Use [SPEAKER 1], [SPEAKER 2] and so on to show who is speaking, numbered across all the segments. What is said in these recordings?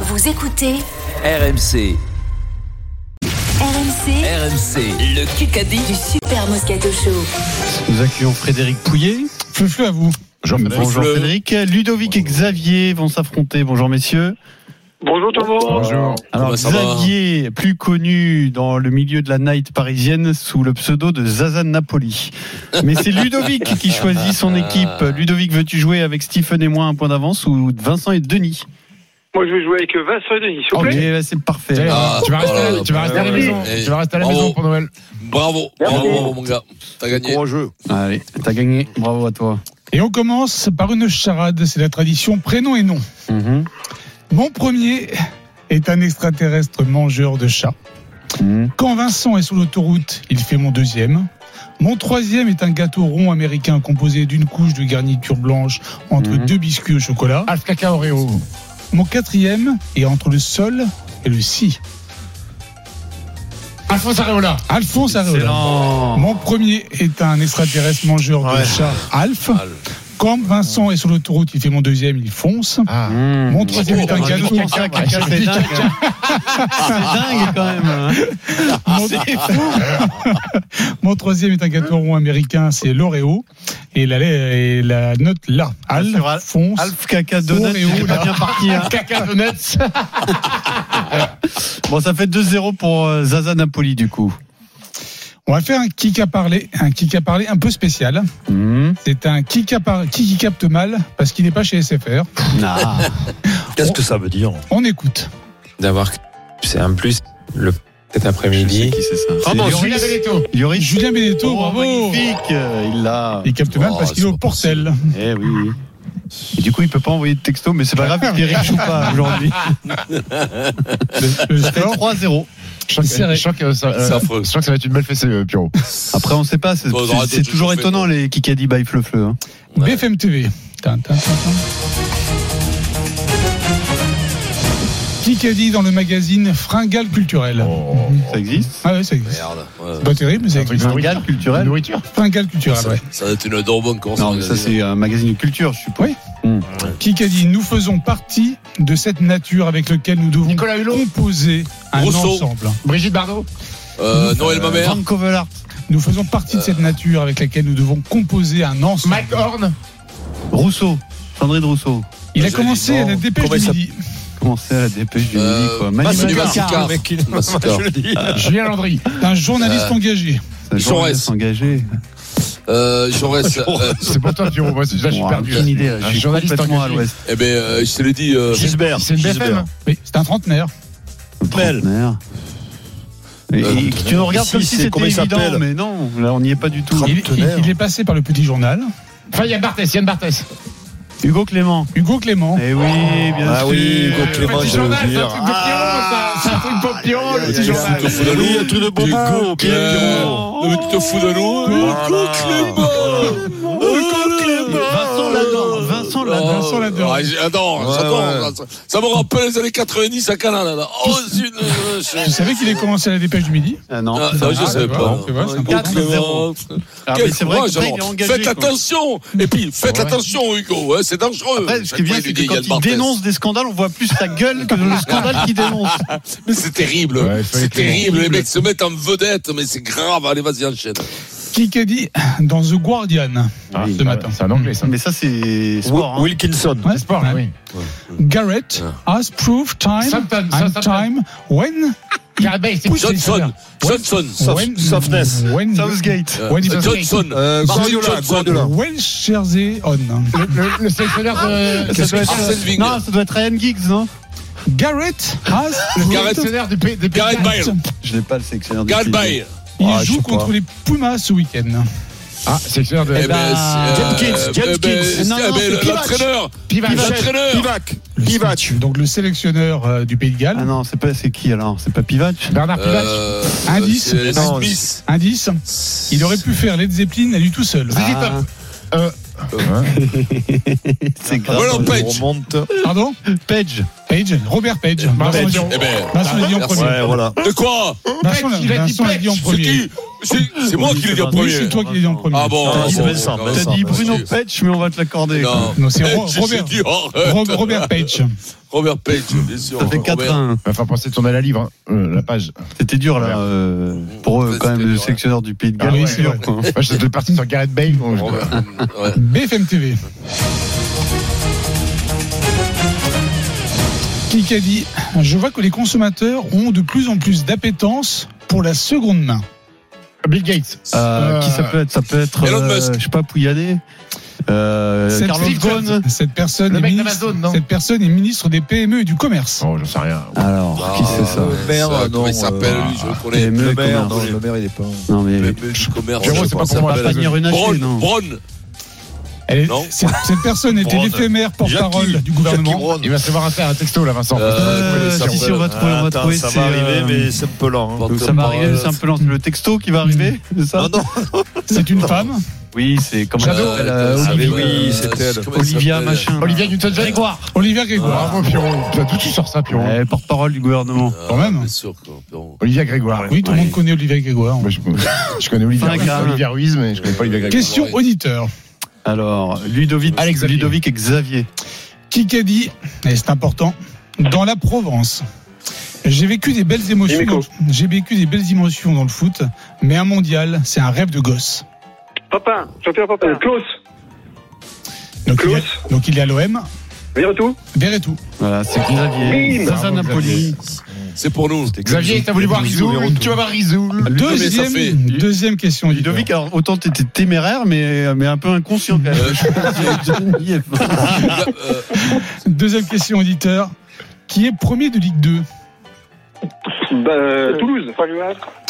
[SPEAKER 1] Vous écoutez
[SPEAKER 2] RMC,
[SPEAKER 1] RMC
[SPEAKER 2] RMC, le Kikadi du Sud.
[SPEAKER 1] Super Moscato Show.
[SPEAKER 3] Nous accueillons Frédéric Pouillet.
[SPEAKER 4] Fleu à vous.
[SPEAKER 3] Bonjour,
[SPEAKER 2] Fleu.
[SPEAKER 3] Frédéric. Ludovic et Xavier vont s'affronter. Bonjour messieurs.
[SPEAKER 5] Bonjour tout le monde.
[SPEAKER 4] Bonjour.
[SPEAKER 3] Alors
[SPEAKER 2] Comment ça va
[SPEAKER 3] Xavier, plus connu dans le milieu de la night parisienne sous le pseudo de Zazan Napoli. Mais c'est Ludovic qui choisit son équipe. Ludovic, veux-tu jouer avec Stephen et moi un point d'avance ou Vincent et Denis
[SPEAKER 5] Moi je vais jouer avec Vincent et Denis, s'il vous
[SPEAKER 3] Ok,
[SPEAKER 5] plaît.
[SPEAKER 3] bah, c'est
[SPEAKER 4] Eh, Tu
[SPEAKER 3] parfait.
[SPEAKER 2] Ah,
[SPEAKER 4] vas rester à
[SPEAKER 2] voilà.
[SPEAKER 4] la- tu vas rester à la
[SPEAKER 5] Merci.
[SPEAKER 4] maison.
[SPEAKER 2] Eh,
[SPEAKER 4] Tu vas rester à la
[SPEAKER 2] bravo.
[SPEAKER 4] maison pour Noël.
[SPEAKER 2] Bravo, bravo, bravo, mon gars. T'as gagné.
[SPEAKER 3] Ah, Allez, t'as gagné. Bravo à toi.
[SPEAKER 4] Et on commence par une charade. C'est la tradition prénom et nom.
[SPEAKER 3] Mhm.
[SPEAKER 4] Mon premier est un extraterrestre mangeur de chats.
[SPEAKER 3] Mhm.
[SPEAKER 4] Quand Vincent est sur l'autoroute, il fait mon deuxième. Mon troisième est un gâteau rond américain composé d'une couche de garniture blanche entre
[SPEAKER 3] Mhm.
[SPEAKER 4] deux biscuits au chocolat. Alcaca Oreo. Mon quatrième est entre le sol et le si. Alphonse Areola. Alphonse Areola.
[SPEAKER 3] Excellent.
[SPEAKER 4] Mon premier est un extraterrestre mangeur de chat, Alf.
[SPEAKER 2] Alf.
[SPEAKER 4] Quand Vincent est sur l'autoroute, il fait mon deuxième, il fonce.
[SPEAKER 3] Mhm.
[SPEAKER 4] Mon troisième est un
[SPEAKER 3] Oh,
[SPEAKER 4] gâteau.
[SPEAKER 3] comment ça, caca, C'est dingue hein. C'est dingue, quand même. hein.
[SPEAKER 4] Mon- Mon troisième est un gâteau rond américain, c'est l'Oreo. Et la, et la note là, Alf,
[SPEAKER 3] Sur Al-
[SPEAKER 4] fonce.
[SPEAKER 3] Alf Caca
[SPEAKER 4] Oh,
[SPEAKER 3] Donut,
[SPEAKER 4] mais oh
[SPEAKER 3] c'est pas
[SPEAKER 4] là.
[SPEAKER 3] bien parti. hein. Bon, ça fait 2-0 pour euh, Zaza Napoli, du coup.
[SPEAKER 4] On va faire un kick à parler, un kick à parler un peu spécial.
[SPEAKER 6] Mmh.
[SPEAKER 4] C'est un kick à par- kick qui capte mal parce qu'il n'est pas chez SFR.
[SPEAKER 3] Ah.
[SPEAKER 7] Qu'est-ce que ça veut dire
[SPEAKER 4] On écoute.
[SPEAKER 8] d'avoir c'est un plus le cet après-midi
[SPEAKER 6] Oh,
[SPEAKER 3] Pardon,
[SPEAKER 4] Julien Benetto.
[SPEAKER 3] Yuri
[SPEAKER 4] Julien Benetto,
[SPEAKER 2] Oh,
[SPEAKER 4] bravo.
[SPEAKER 3] Oh, Magnifique, euh, il l'a.
[SPEAKER 4] Il capte mal parce qu'il est au portel.
[SPEAKER 3] Eh oui, oui. Et du coup, il peut pas envoyer de texto, mais c'est pas grave, Pierrick joue pas aujourd'hui.
[SPEAKER 4] Le
[SPEAKER 3] Ça fait
[SPEAKER 4] score,
[SPEAKER 3] 3-0.
[SPEAKER 6] Je crois que-
[SPEAKER 4] Serré.
[SPEAKER 6] je crois que ça,
[SPEAKER 2] C'est
[SPEAKER 6] euh,
[SPEAKER 2] affreux.
[SPEAKER 6] je crois que ça va être une belle fessée, euh, Pierrot.
[SPEAKER 3] Après, on sait pas, c'est
[SPEAKER 2] Bon, on aura
[SPEAKER 3] c'est- c'est
[SPEAKER 2] tout
[SPEAKER 3] toujours
[SPEAKER 2] fait,
[SPEAKER 3] étonnant
[SPEAKER 2] bon.
[SPEAKER 3] les Kikadi by Fleu Fleu. hein.
[SPEAKER 2] Ouais.
[SPEAKER 4] BFM TV. Tin, tin, tin, tin. Qui a dit dans le magazine Fringal culturel
[SPEAKER 3] Ça existe
[SPEAKER 4] Ah ouais, c'est
[SPEAKER 2] Oh. Merde. ouais.
[SPEAKER 4] c'est pas terrible, mais c'est
[SPEAKER 6] truc
[SPEAKER 4] existe.
[SPEAKER 6] de
[SPEAKER 3] Fringal
[SPEAKER 6] La
[SPEAKER 3] culturel
[SPEAKER 6] nourriture
[SPEAKER 4] Fringal culturel,
[SPEAKER 2] Ça,
[SPEAKER 4] ouais.
[SPEAKER 2] ça doit être une dormone qu'on
[SPEAKER 3] Non, mais ça, c'est un magazine de culture, je suppose.
[SPEAKER 4] Oui. Qui a dit Nous faisons partie de cette nature avec laquelle nous devons
[SPEAKER 6] Nicolas Hulot
[SPEAKER 4] composer un
[SPEAKER 2] Rousseau.
[SPEAKER 4] ensemble.
[SPEAKER 6] Brigitte Bardot
[SPEAKER 2] euh, Noël, ma mère.
[SPEAKER 3] Frank Covellart.
[SPEAKER 4] Nous faisons partie de
[SPEAKER 2] Euh.
[SPEAKER 4] cette nature avec laquelle nous devons composer un ensemble.
[SPEAKER 6] Mike Horn
[SPEAKER 3] Rousseau. Sandrine Rousseau.
[SPEAKER 4] Il
[SPEAKER 2] Moi,
[SPEAKER 4] a
[SPEAKER 2] j'allais
[SPEAKER 4] commencé
[SPEAKER 2] dire,
[SPEAKER 4] à la dépêche
[SPEAKER 2] comment
[SPEAKER 4] du
[SPEAKER 2] il
[SPEAKER 4] midi.
[SPEAKER 3] Commencez à la dépêche du midi,
[SPEAKER 2] Euh,
[SPEAKER 3] quoi.
[SPEAKER 2] passe
[SPEAKER 3] Manu
[SPEAKER 2] du
[SPEAKER 3] Macron.
[SPEAKER 2] Massicar. Massicar.
[SPEAKER 6] Julien Landry
[SPEAKER 4] Un journaliste
[SPEAKER 2] Euh,
[SPEAKER 4] engagé.
[SPEAKER 3] Ça, Jean-Jacques
[SPEAKER 2] Jaurès.
[SPEAKER 3] engagé.
[SPEAKER 2] Euh, Jaurès. euh,
[SPEAKER 6] C'est pour toi, Pierrot. Moi, c'est- là, je suis
[SPEAKER 3] Wow,
[SPEAKER 6] perdu.
[SPEAKER 3] Aucune idée, là.
[SPEAKER 6] Un
[SPEAKER 3] je suis
[SPEAKER 6] journaliste
[SPEAKER 3] complètement à
[SPEAKER 6] engagé.
[SPEAKER 3] l'ouest.
[SPEAKER 2] Eh ben, euh, je te l'ai dit. euh,
[SPEAKER 7] Gisbert.
[SPEAKER 6] C'est une BFM hein.
[SPEAKER 4] Oui, c'est un trentenaire.
[SPEAKER 7] Belle.
[SPEAKER 3] Trentenaire. Et-
[SPEAKER 2] Euh,
[SPEAKER 3] et tu nous regardes
[SPEAKER 7] si,
[SPEAKER 3] comme si
[SPEAKER 7] c'est
[SPEAKER 3] c'était
[SPEAKER 7] comment il
[SPEAKER 3] évident,
[SPEAKER 7] s'appelle
[SPEAKER 3] mais non, là on n'y est pas du tout.
[SPEAKER 4] Il, il- il est passé par le petit journal.
[SPEAKER 6] Enfin, Yann Barthès, Yann Barthès.
[SPEAKER 3] Hugo Clément.
[SPEAKER 4] Hugo Clément.
[SPEAKER 3] Eh oui, bien
[SPEAKER 7] Ah
[SPEAKER 3] sûr.
[SPEAKER 7] oui, Hugo Clément,
[SPEAKER 6] Euh, Petit
[SPEAKER 7] je
[SPEAKER 6] journal,
[SPEAKER 7] veux
[SPEAKER 6] c'est un
[SPEAKER 7] dire.
[SPEAKER 6] truc de
[SPEAKER 4] Ah,
[SPEAKER 6] Pierrot, ça. C'est un truc pour Pierrot, le
[SPEAKER 2] tu
[SPEAKER 6] petit
[SPEAKER 2] te
[SPEAKER 6] journal.
[SPEAKER 2] fous de
[SPEAKER 7] Oui,
[SPEAKER 2] nous.
[SPEAKER 7] un truc de bon
[SPEAKER 2] Hugo
[SPEAKER 7] pain,
[SPEAKER 2] euh, Clément. Non, mais tu te fous de
[SPEAKER 7] Oh
[SPEAKER 2] nous. Hugo Clément. Hugo Clément.
[SPEAKER 3] Vincent Lador. Vincent Lador.
[SPEAKER 4] Vincent Lador.
[SPEAKER 2] Ah, j'adore,
[SPEAKER 7] Ouais,
[SPEAKER 2] j'adore.
[SPEAKER 7] ouais.
[SPEAKER 2] Vincent. Ça me rappelle les années 90 à Canal. là. Oh, zut, euh,
[SPEAKER 4] Vous savez qu'il est commencé à la dépêche du midi
[SPEAKER 3] Ah non.
[SPEAKER 2] Ah, non, je
[SPEAKER 4] Ah,
[SPEAKER 2] sais
[SPEAKER 4] tu vois,
[SPEAKER 2] pas.
[SPEAKER 4] tu vois, c'est
[SPEAKER 2] Hugo
[SPEAKER 3] important.
[SPEAKER 2] Clément.
[SPEAKER 3] Ah,
[SPEAKER 2] Quel
[SPEAKER 3] mais c'est vrai
[SPEAKER 2] courage,
[SPEAKER 3] que après,
[SPEAKER 2] alors.
[SPEAKER 3] il est engagé.
[SPEAKER 2] Faites
[SPEAKER 3] quoi.
[SPEAKER 2] attention. Et puis, faites attention, Hugo. hein, c'est dangereux.
[SPEAKER 3] Après, ce qui est
[SPEAKER 2] Chaque
[SPEAKER 3] bien,
[SPEAKER 2] fois,
[SPEAKER 3] c'est
[SPEAKER 2] il
[SPEAKER 3] que
[SPEAKER 2] dit,
[SPEAKER 3] quand
[SPEAKER 2] y a le
[SPEAKER 3] il
[SPEAKER 2] Barthez.
[SPEAKER 3] dénonce des scandales, on voit plus sa gueule que le scandale qu'il dénonce.
[SPEAKER 2] Mais c'est terrible.
[SPEAKER 6] Ouais, il fallait
[SPEAKER 2] c'est
[SPEAKER 6] que les
[SPEAKER 2] terrible. Les
[SPEAKER 6] horribles.
[SPEAKER 2] mecs se mettent en vedette, mais c'est grave. Allez, vas-y, enchaîne.
[SPEAKER 4] Qui a dit dans The Guardian
[SPEAKER 6] Ah,
[SPEAKER 4] ce matin
[SPEAKER 6] C'est un anglais, ça.
[SPEAKER 3] Mais ça, c'est sport.
[SPEAKER 7] Wi-
[SPEAKER 3] hein.
[SPEAKER 7] Wilkinson.
[SPEAKER 4] Ouais.
[SPEAKER 6] Sport, hein.
[SPEAKER 4] Ouais.
[SPEAKER 6] oui.
[SPEAKER 4] Garrett has proved time
[SPEAKER 6] Southampton,
[SPEAKER 4] and
[SPEAKER 6] Southampton.
[SPEAKER 4] time when
[SPEAKER 6] Garbeil, c'est
[SPEAKER 2] Johnson. Johnson.
[SPEAKER 4] when
[SPEAKER 7] softness.
[SPEAKER 4] when
[SPEAKER 3] Southgate.
[SPEAKER 2] Euh,
[SPEAKER 4] when
[SPEAKER 2] Johnson.
[SPEAKER 7] Euh,
[SPEAKER 2] Martin
[SPEAKER 7] Guardiola,
[SPEAKER 2] Johnson.
[SPEAKER 7] Guardiola.
[SPEAKER 4] when shares they on
[SPEAKER 6] Le- Le le sélectionneur de.
[SPEAKER 3] Ça doit être- euh,
[SPEAKER 2] Arsène Wenger.
[SPEAKER 3] Non, ça doit être Ryan Giggs, non
[SPEAKER 4] Garrett has
[SPEAKER 6] Le
[SPEAKER 2] Gareth-
[SPEAKER 6] sélectionneur du P- des Pays
[SPEAKER 2] Gareth
[SPEAKER 6] de Galles.
[SPEAKER 2] Bale.
[SPEAKER 3] Je n'ai pas le sélectionneur. du
[SPEAKER 2] Gareth
[SPEAKER 3] Kikadi.
[SPEAKER 2] Bale.
[SPEAKER 4] il
[SPEAKER 7] Ah, je
[SPEAKER 4] joue
[SPEAKER 7] sais
[SPEAKER 4] contre
[SPEAKER 7] pas.
[SPEAKER 4] les Pumas ce week-end.
[SPEAKER 6] Ah, sélectionneur
[SPEAKER 2] Eh
[SPEAKER 6] de. Bah,
[SPEAKER 2] ben, c'est, euh,
[SPEAKER 7] Jenkins, Jenkins.
[SPEAKER 2] eh ben, c'est-
[SPEAKER 3] Non, non,
[SPEAKER 2] eh ben,
[SPEAKER 3] c'est
[SPEAKER 2] le-
[SPEAKER 3] Pivac.
[SPEAKER 2] l'entraîneur.
[SPEAKER 6] Pivachet.
[SPEAKER 2] L'entraîneur.
[SPEAKER 7] Pivac. Pivac.
[SPEAKER 4] Donc le sélectionneur euh, du Pays de
[SPEAKER 3] Ah
[SPEAKER 4] Galles.
[SPEAKER 3] non, c'est pas c'est qui alors C'est pas Pivac
[SPEAKER 6] Bernard Pivac.
[SPEAKER 2] Euh,
[SPEAKER 4] Indice.
[SPEAKER 2] c'est
[SPEAKER 7] Non,
[SPEAKER 2] Smith.
[SPEAKER 4] Indice, il aurait pu faire Led Zeppelin à lui tout seul.
[SPEAKER 6] Zizi
[SPEAKER 3] Ah.
[SPEAKER 6] Top. Euh,
[SPEAKER 3] C'est grave.
[SPEAKER 2] Voilà, Page.
[SPEAKER 7] On remonte.
[SPEAKER 4] Pardon
[SPEAKER 3] Page.
[SPEAKER 4] Page, Robert Page. Vincent
[SPEAKER 7] Page.
[SPEAKER 4] l'a dit en-
[SPEAKER 2] Eh ben,
[SPEAKER 4] Vincent l'a dit en premier.
[SPEAKER 7] Ouais, voilà.
[SPEAKER 2] de quoi
[SPEAKER 4] Vincent l'a- Vincent l'a dit en
[SPEAKER 2] C'est
[SPEAKER 4] premier.
[SPEAKER 2] qui C'est c'est moi qui l'ai dit en
[SPEAKER 4] Oui, c'est
[SPEAKER 2] premier.
[SPEAKER 4] toi qui l'as dit en premier.
[SPEAKER 2] Ah bon
[SPEAKER 7] Non, c'est
[SPEAKER 2] bon,
[SPEAKER 7] Vincent,
[SPEAKER 2] non,
[SPEAKER 3] T'as
[SPEAKER 7] Vincent,
[SPEAKER 2] non,
[SPEAKER 3] dit
[SPEAKER 7] Vincent.
[SPEAKER 3] Bruno Petch, mais on va te l'accorder.
[SPEAKER 2] Non,
[SPEAKER 4] Non, c'est Ro-
[SPEAKER 2] Eh, je
[SPEAKER 4] Robert.
[SPEAKER 2] sais dire, arrête.
[SPEAKER 4] Rob- Robert Page.
[SPEAKER 2] Robert Page, bien sûr.
[SPEAKER 3] Ça fait 4
[SPEAKER 2] Robert.
[SPEAKER 3] 1.
[SPEAKER 6] va faire penser de tourner la livre, hein. Euh, la page.
[SPEAKER 3] C'était dur, là, euh, pour eux,
[SPEAKER 2] Ça,
[SPEAKER 3] quand
[SPEAKER 2] c'était
[SPEAKER 3] même, le
[SPEAKER 2] dur, ouais.
[SPEAKER 3] sélectionneur du Pays de Galles.
[SPEAKER 6] Ah ouais,
[SPEAKER 3] c'est dur, quoi.
[SPEAKER 6] Moi, je suis parti sur Gareth Bale. bon, je-
[SPEAKER 2] Robert,
[SPEAKER 3] Ah,
[SPEAKER 2] mm, ouais.
[SPEAKER 4] BFM TV. Qui a dit Je vois que les consommateurs ont de plus en plus d'appétence pour la seconde main.
[SPEAKER 6] Bill Gates.
[SPEAKER 3] Euh,
[SPEAKER 6] Euh,
[SPEAKER 3] qui ça peut être Ça peut être,
[SPEAKER 2] Elon
[SPEAKER 3] euh,
[SPEAKER 2] Musk.
[SPEAKER 3] je sais pas, Pouyanné, euh,
[SPEAKER 4] Cette-
[SPEAKER 3] Carlos
[SPEAKER 4] cette-
[SPEAKER 3] Ghosn.
[SPEAKER 4] Cette personne,
[SPEAKER 6] Le
[SPEAKER 4] est
[SPEAKER 6] mec
[SPEAKER 4] ministre,
[SPEAKER 6] d'Amazon, non
[SPEAKER 4] cette personne est ministre des PME et du commerce.
[SPEAKER 6] Oh, j'en sais rien.
[SPEAKER 3] Alors, bah, qui c'est ça euh,
[SPEAKER 2] Ah,
[SPEAKER 7] Maire,
[SPEAKER 2] ça,
[SPEAKER 7] non,
[SPEAKER 2] Comment il s'appelle, lui, je le connais.
[SPEAKER 3] PME,
[SPEAKER 7] Le maire,
[SPEAKER 3] commerce.
[SPEAKER 7] non, le maire, il est pas.
[SPEAKER 3] Non, mais.
[SPEAKER 2] PME du commerce.
[SPEAKER 6] Pierrot,
[SPEAKER 2] je
[SPEAKER 6] c'est pas
[SPEAKER 2] pense,
[SPEAKER 6] pour moi,
[SPEAKER 2] ça
[SPEAKER 3] pas
[SPEAKER 2] s'appelle.
[SPEAKER 3] venir une
[SPEAKER 2] Braun,
[SPEAKER 3] achetée, non.
[SPEAKER 2] Braun.
[SPEAKER 4] Elle est-
[SPEAKER 2] Non.
[SPEAKER 4] cette, cette personne était
[SPEAKER 7] Braun.
[SPEAKER 4] l'éphémère porte-parole
[SPEAKER 7] Jackie.
[SPEAKER 4] du gouvernement.
[SPEAKER 6] Il va se voir un, un texto, là, Vincent.
[SPEAKER 2] Euh,
[SPEAKER 3] si,
[SPEAKER 2] ça
[SPEAKER 3] si,
[SPEAKER 2] s'appelle-
[SPEAKER 3] on va trouver, on va
[SPEAKER 7] Ah, Attends,
[SPEAKER 3] trouver,
[SPEAKER 7] ça
[SPEAKER 3] c'est,
[SPEAKER 7] va arriver,
[SPEAKER 3] euh,
[SPEAKER 7] mais c'est un peu lent. hein.
[SPEAKER 3] Donc ça va arriver,
[SPEAKER 2] Euh,
[SPEAKER 3] c'est un peu lent. Le texto qui va arriver, c'est ça
[SPEAKER 7] Non, non.
[SPEAKER 4] C'est une femme.
[SPEAKER 3] Oui, c'est comment
[SPEAKER 6] Shadow.
[SPEAKER 3] elle s'appelle, euh,
[SPEAKER 2] Ah,
[SPEAKER 3] Olivia,
[SPEAKER 2] mais oui, c'était elle. Comment elle
[SPEAKER 3] Olivia
[SPEAKER 2] s'appelle euh,
[SPEAKER 3] machin.
[SPEAKER 6] Olivier Newton-John.
[SPEAKER 4] Olivia Grégoire.
[SPEAKER 6] Bravo, Pierrot. Tu as tout de suite sur ça, Pierrot.
[SPEAKER 3] Ouais, porte-parole du gouvernement.
[SPEAKER 2] Ah,
[SPEAKER 4] Quand même.
[SPEAKER 2] Bien sûr, quoi, Pierrot.
[SPEAKER 6] Olivia Grégoire.
[SPEAKER 4] Oui, tout le monde connaît Olivia Grégoire.
[SPEAKER 6] Moi, je, je connais Olivia,
[SPEAKER 3] Enfin, grave.
[SPEAKER 6] Olivia Ruiz, mais je connais pas Olivia Grégoire.
[SPEAKER 4] Question
[SPEAKER 2] oui.
[SPEAKER 4] auditeur.
[SPEAKER 3] Alors, Ludovic,
[SPEAKER 6] Alex Xavier.
[SPEAKER 3] Ludovic et Xavier.
[SPEAKER 4] Qui qu'a dit, et c'est important, dans la Provence. J'ai vécu des belles émotions.
[SPEAKER 5] Dimeco.
[SPEAKER 4] dans- J'ai vécu des belles émotions dans le foot, mais un mondial, c'est un rêve de gosse.
[SPEAKER 5] Papin, Jean-Pierre Papin. Klaus,
[SPEAKER 4] Donc, il y a,
[SPEAKER 5] Klaus,
[SPEAKER 4] donc il est à l'OM,
[SPEAKER 5] Verretou.
[SPEAKER 4] Verretou.
[SPEAKER 3] Voilà, c'est Xavier.
[SPEAKER 5] Bim
[SPEAKER 3] Zaza
[SPEAKER 6] Bravo,
[SPEAKER 3] Napoli.
[SPEAKER 2] C'est pour nous.
[SPEAKER 6] Xavier, t'as voulu voir Rizou, tu vas voir Rizou.
[SPEAKER 2] Ludovic, ça fait-
[SPEAKER 4] Deuxième, deuxième question. auditeur.
[SPEAKER 3] Ludovic, alors autant t'étais téméraire, mais, mais un peu inconscient quand
[SPEAKER 2] Euh,
[SPEAKER 3] même.
[SPEAKER 2] euh,
[SPEAKER 4] Deuxième question auditeur. Qui est premier de Ligue 2
[SPEAKER 5] Bah, euh, Toulouse.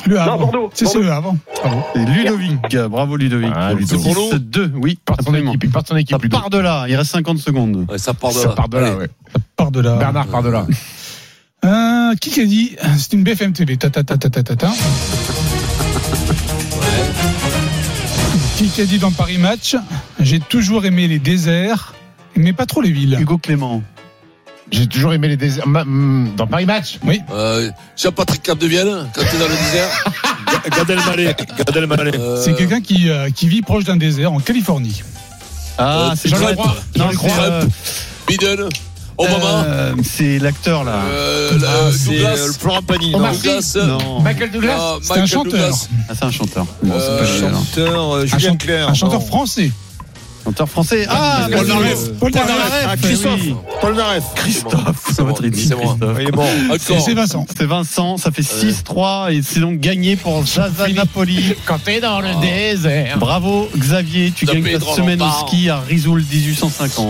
[SPEAKER 4] Le Havre.
[SPEAKER 5] Bordeaux.
[SPEAKER 4] C'est c'est le Havre. Bravo.
[SPEAKER 3] Et Ludovic, bravo Ludovic.
[SPEAKER 6] Ah, Ludo.
[SPEAKER 3] C'est pour nous 2, oui,
[SPEAKER 6] Par son
[SPEAKER 3] absolument.
[SPEAKER 6] équipe, il part son
[SPEAKER 3] Ça
[SPEAKER 6] équipe. Ludo.
[SPEAKER 3] part de là, il reste 50 secondes.
[SPEAKER 2] ouais, Ça part de
[SPEAKER 6] Ça
[SPEAKER 2] là.
[SPEAKER 6] part de là, ouais.
[SPEAKER 4] Par de là.
[SPEAKER 6] Bernard part de là.
[SPEAKER 4] Euh, qui qu'a dit C'est une BFM TV. Ta, ta, ta, ta, ta, ta, ta. Qui qu'a dit dans Paris Match J'ai toujours aimé les déserts, mais pas trop les villes.
[SPEAKER 3] Hugo Clément.
[SPEAKER 6] J'ai toujours aimé les déserts. Ma- hmm, Dans Paris Match.
[SPEAKER 4] Oui,
[SPEAKER 2] Euh, Jean-Patrick Capdevielle, quand t'es dans le désert.
[SPEAKER 7] Gad Elmaleh. Gad Elmaleh.
[SPEAKER 2] euh,
[SPEAKER 4] c'est quelqu'un qui, euh, qui vit proche d'un désert en Californie.
[SPEAKER 3] Ah,
[SPEAKER 6] Euh,
[SPEAKER 3] c'est
[SPEAKER 2] Jean
[SPEAKER 3] Trump.
[SPEAKER 2] Lacroix.
[SPEAKER 3] Non,
[SPEAKER 2] Jean
[SPEAKER 3] c'est,
[SPEAKER 2] Lacroix.
[SPEAKER 3] euh,
[SPEAKER 2] Biden, Obama,
[SPEAKER 3] euh, c'est l'acteur là.
[SPEAKER 2] euh, le-
[SPEAKER 4] ah,
[SPEAKER 7] C'est
[SPEAKER 2] Douglas,
[SPEAKER 7] euh, le Florent Pagny. non
[SPEAKER 6] Omar Sy.
[SPEAKER 2] Douglas,
[SPEAKER 3] Non.
[SPEAKER 6] Michael Douglas.
[SPEAKER 2] ah,
[SPEAKER 4] C'est un
[SPEAKER 2] Michael
[SPEAKER 4] chanteur.
[SPEAKER 2] Douglas.
[SPEAKER 3] Ah, c'est un chanteur.
[SPEAKER 2] Euh,
[SPEAKER 3] c'est pas lui, alors.
[SPEAKER 7] Chanteur euh,
[SPEAKER 4] Un
[SPEAKER 7] Julien
[SPEAKER 4] chan-
[SPEAKER 7] Clerc.
[SPEAKER 4] Un chanteur
[SPEAKER 7] non.
[SPEAKER 4] français.
[SPEAKER 3] Chanteur français. Ah,
[SPEAKER 2] Paul
[SPEAKER 3] bien sûr.
[SPEAKER 2] Naref.
[SPEAKER 4] Paul
[SPEAKER 3] Paul
[SPEAKER 4] Naref.
[SPEAKER 3] Naref.
[SPEAKER 7] Ah,
[SPEAKER 3] mais
[SPEAKER 7] Christophe.
[SPEAKER 3] oui.
[SPEAKER 7] Paul Naref.
[SPEAKER 3] Christophe,
[SPEAKER 2] C'est
[SPEAKER 3] ça va
[SPEAKER 2] moi.
[SPEAKER 3] être dit,
[SPEAKER 2] C'est moi.
[SPEAKER 3] Christophe.
[SPEAKER 7] Il est bon.
[SPEAKER 4] Et
[SPEAKER 2] Encore.
[SPEAKER 4] C'est Vincent.
[SPEAKER 3] C'est Vincent, ça fait 6-3 et c'est donc gagné pour Zaza Napoli. Ah.
[SPEAKER 6] Quand t'es dans le désert.
[SPEAKER 3] Bravo Xavier, tu
[SPEAKER 2] Ça
[SPEAKER 3] gagnes
[SPEAKER 2] fait
[SPEAKER 3] ta
[SPEAKER 2] drôle,
[SPEAKER 3] semaine
[SPEAKER 2] on
[SPEAKER 3] au
[SPEAKER 2] part.
[SPEAKER 3] ski à Risoul 1850.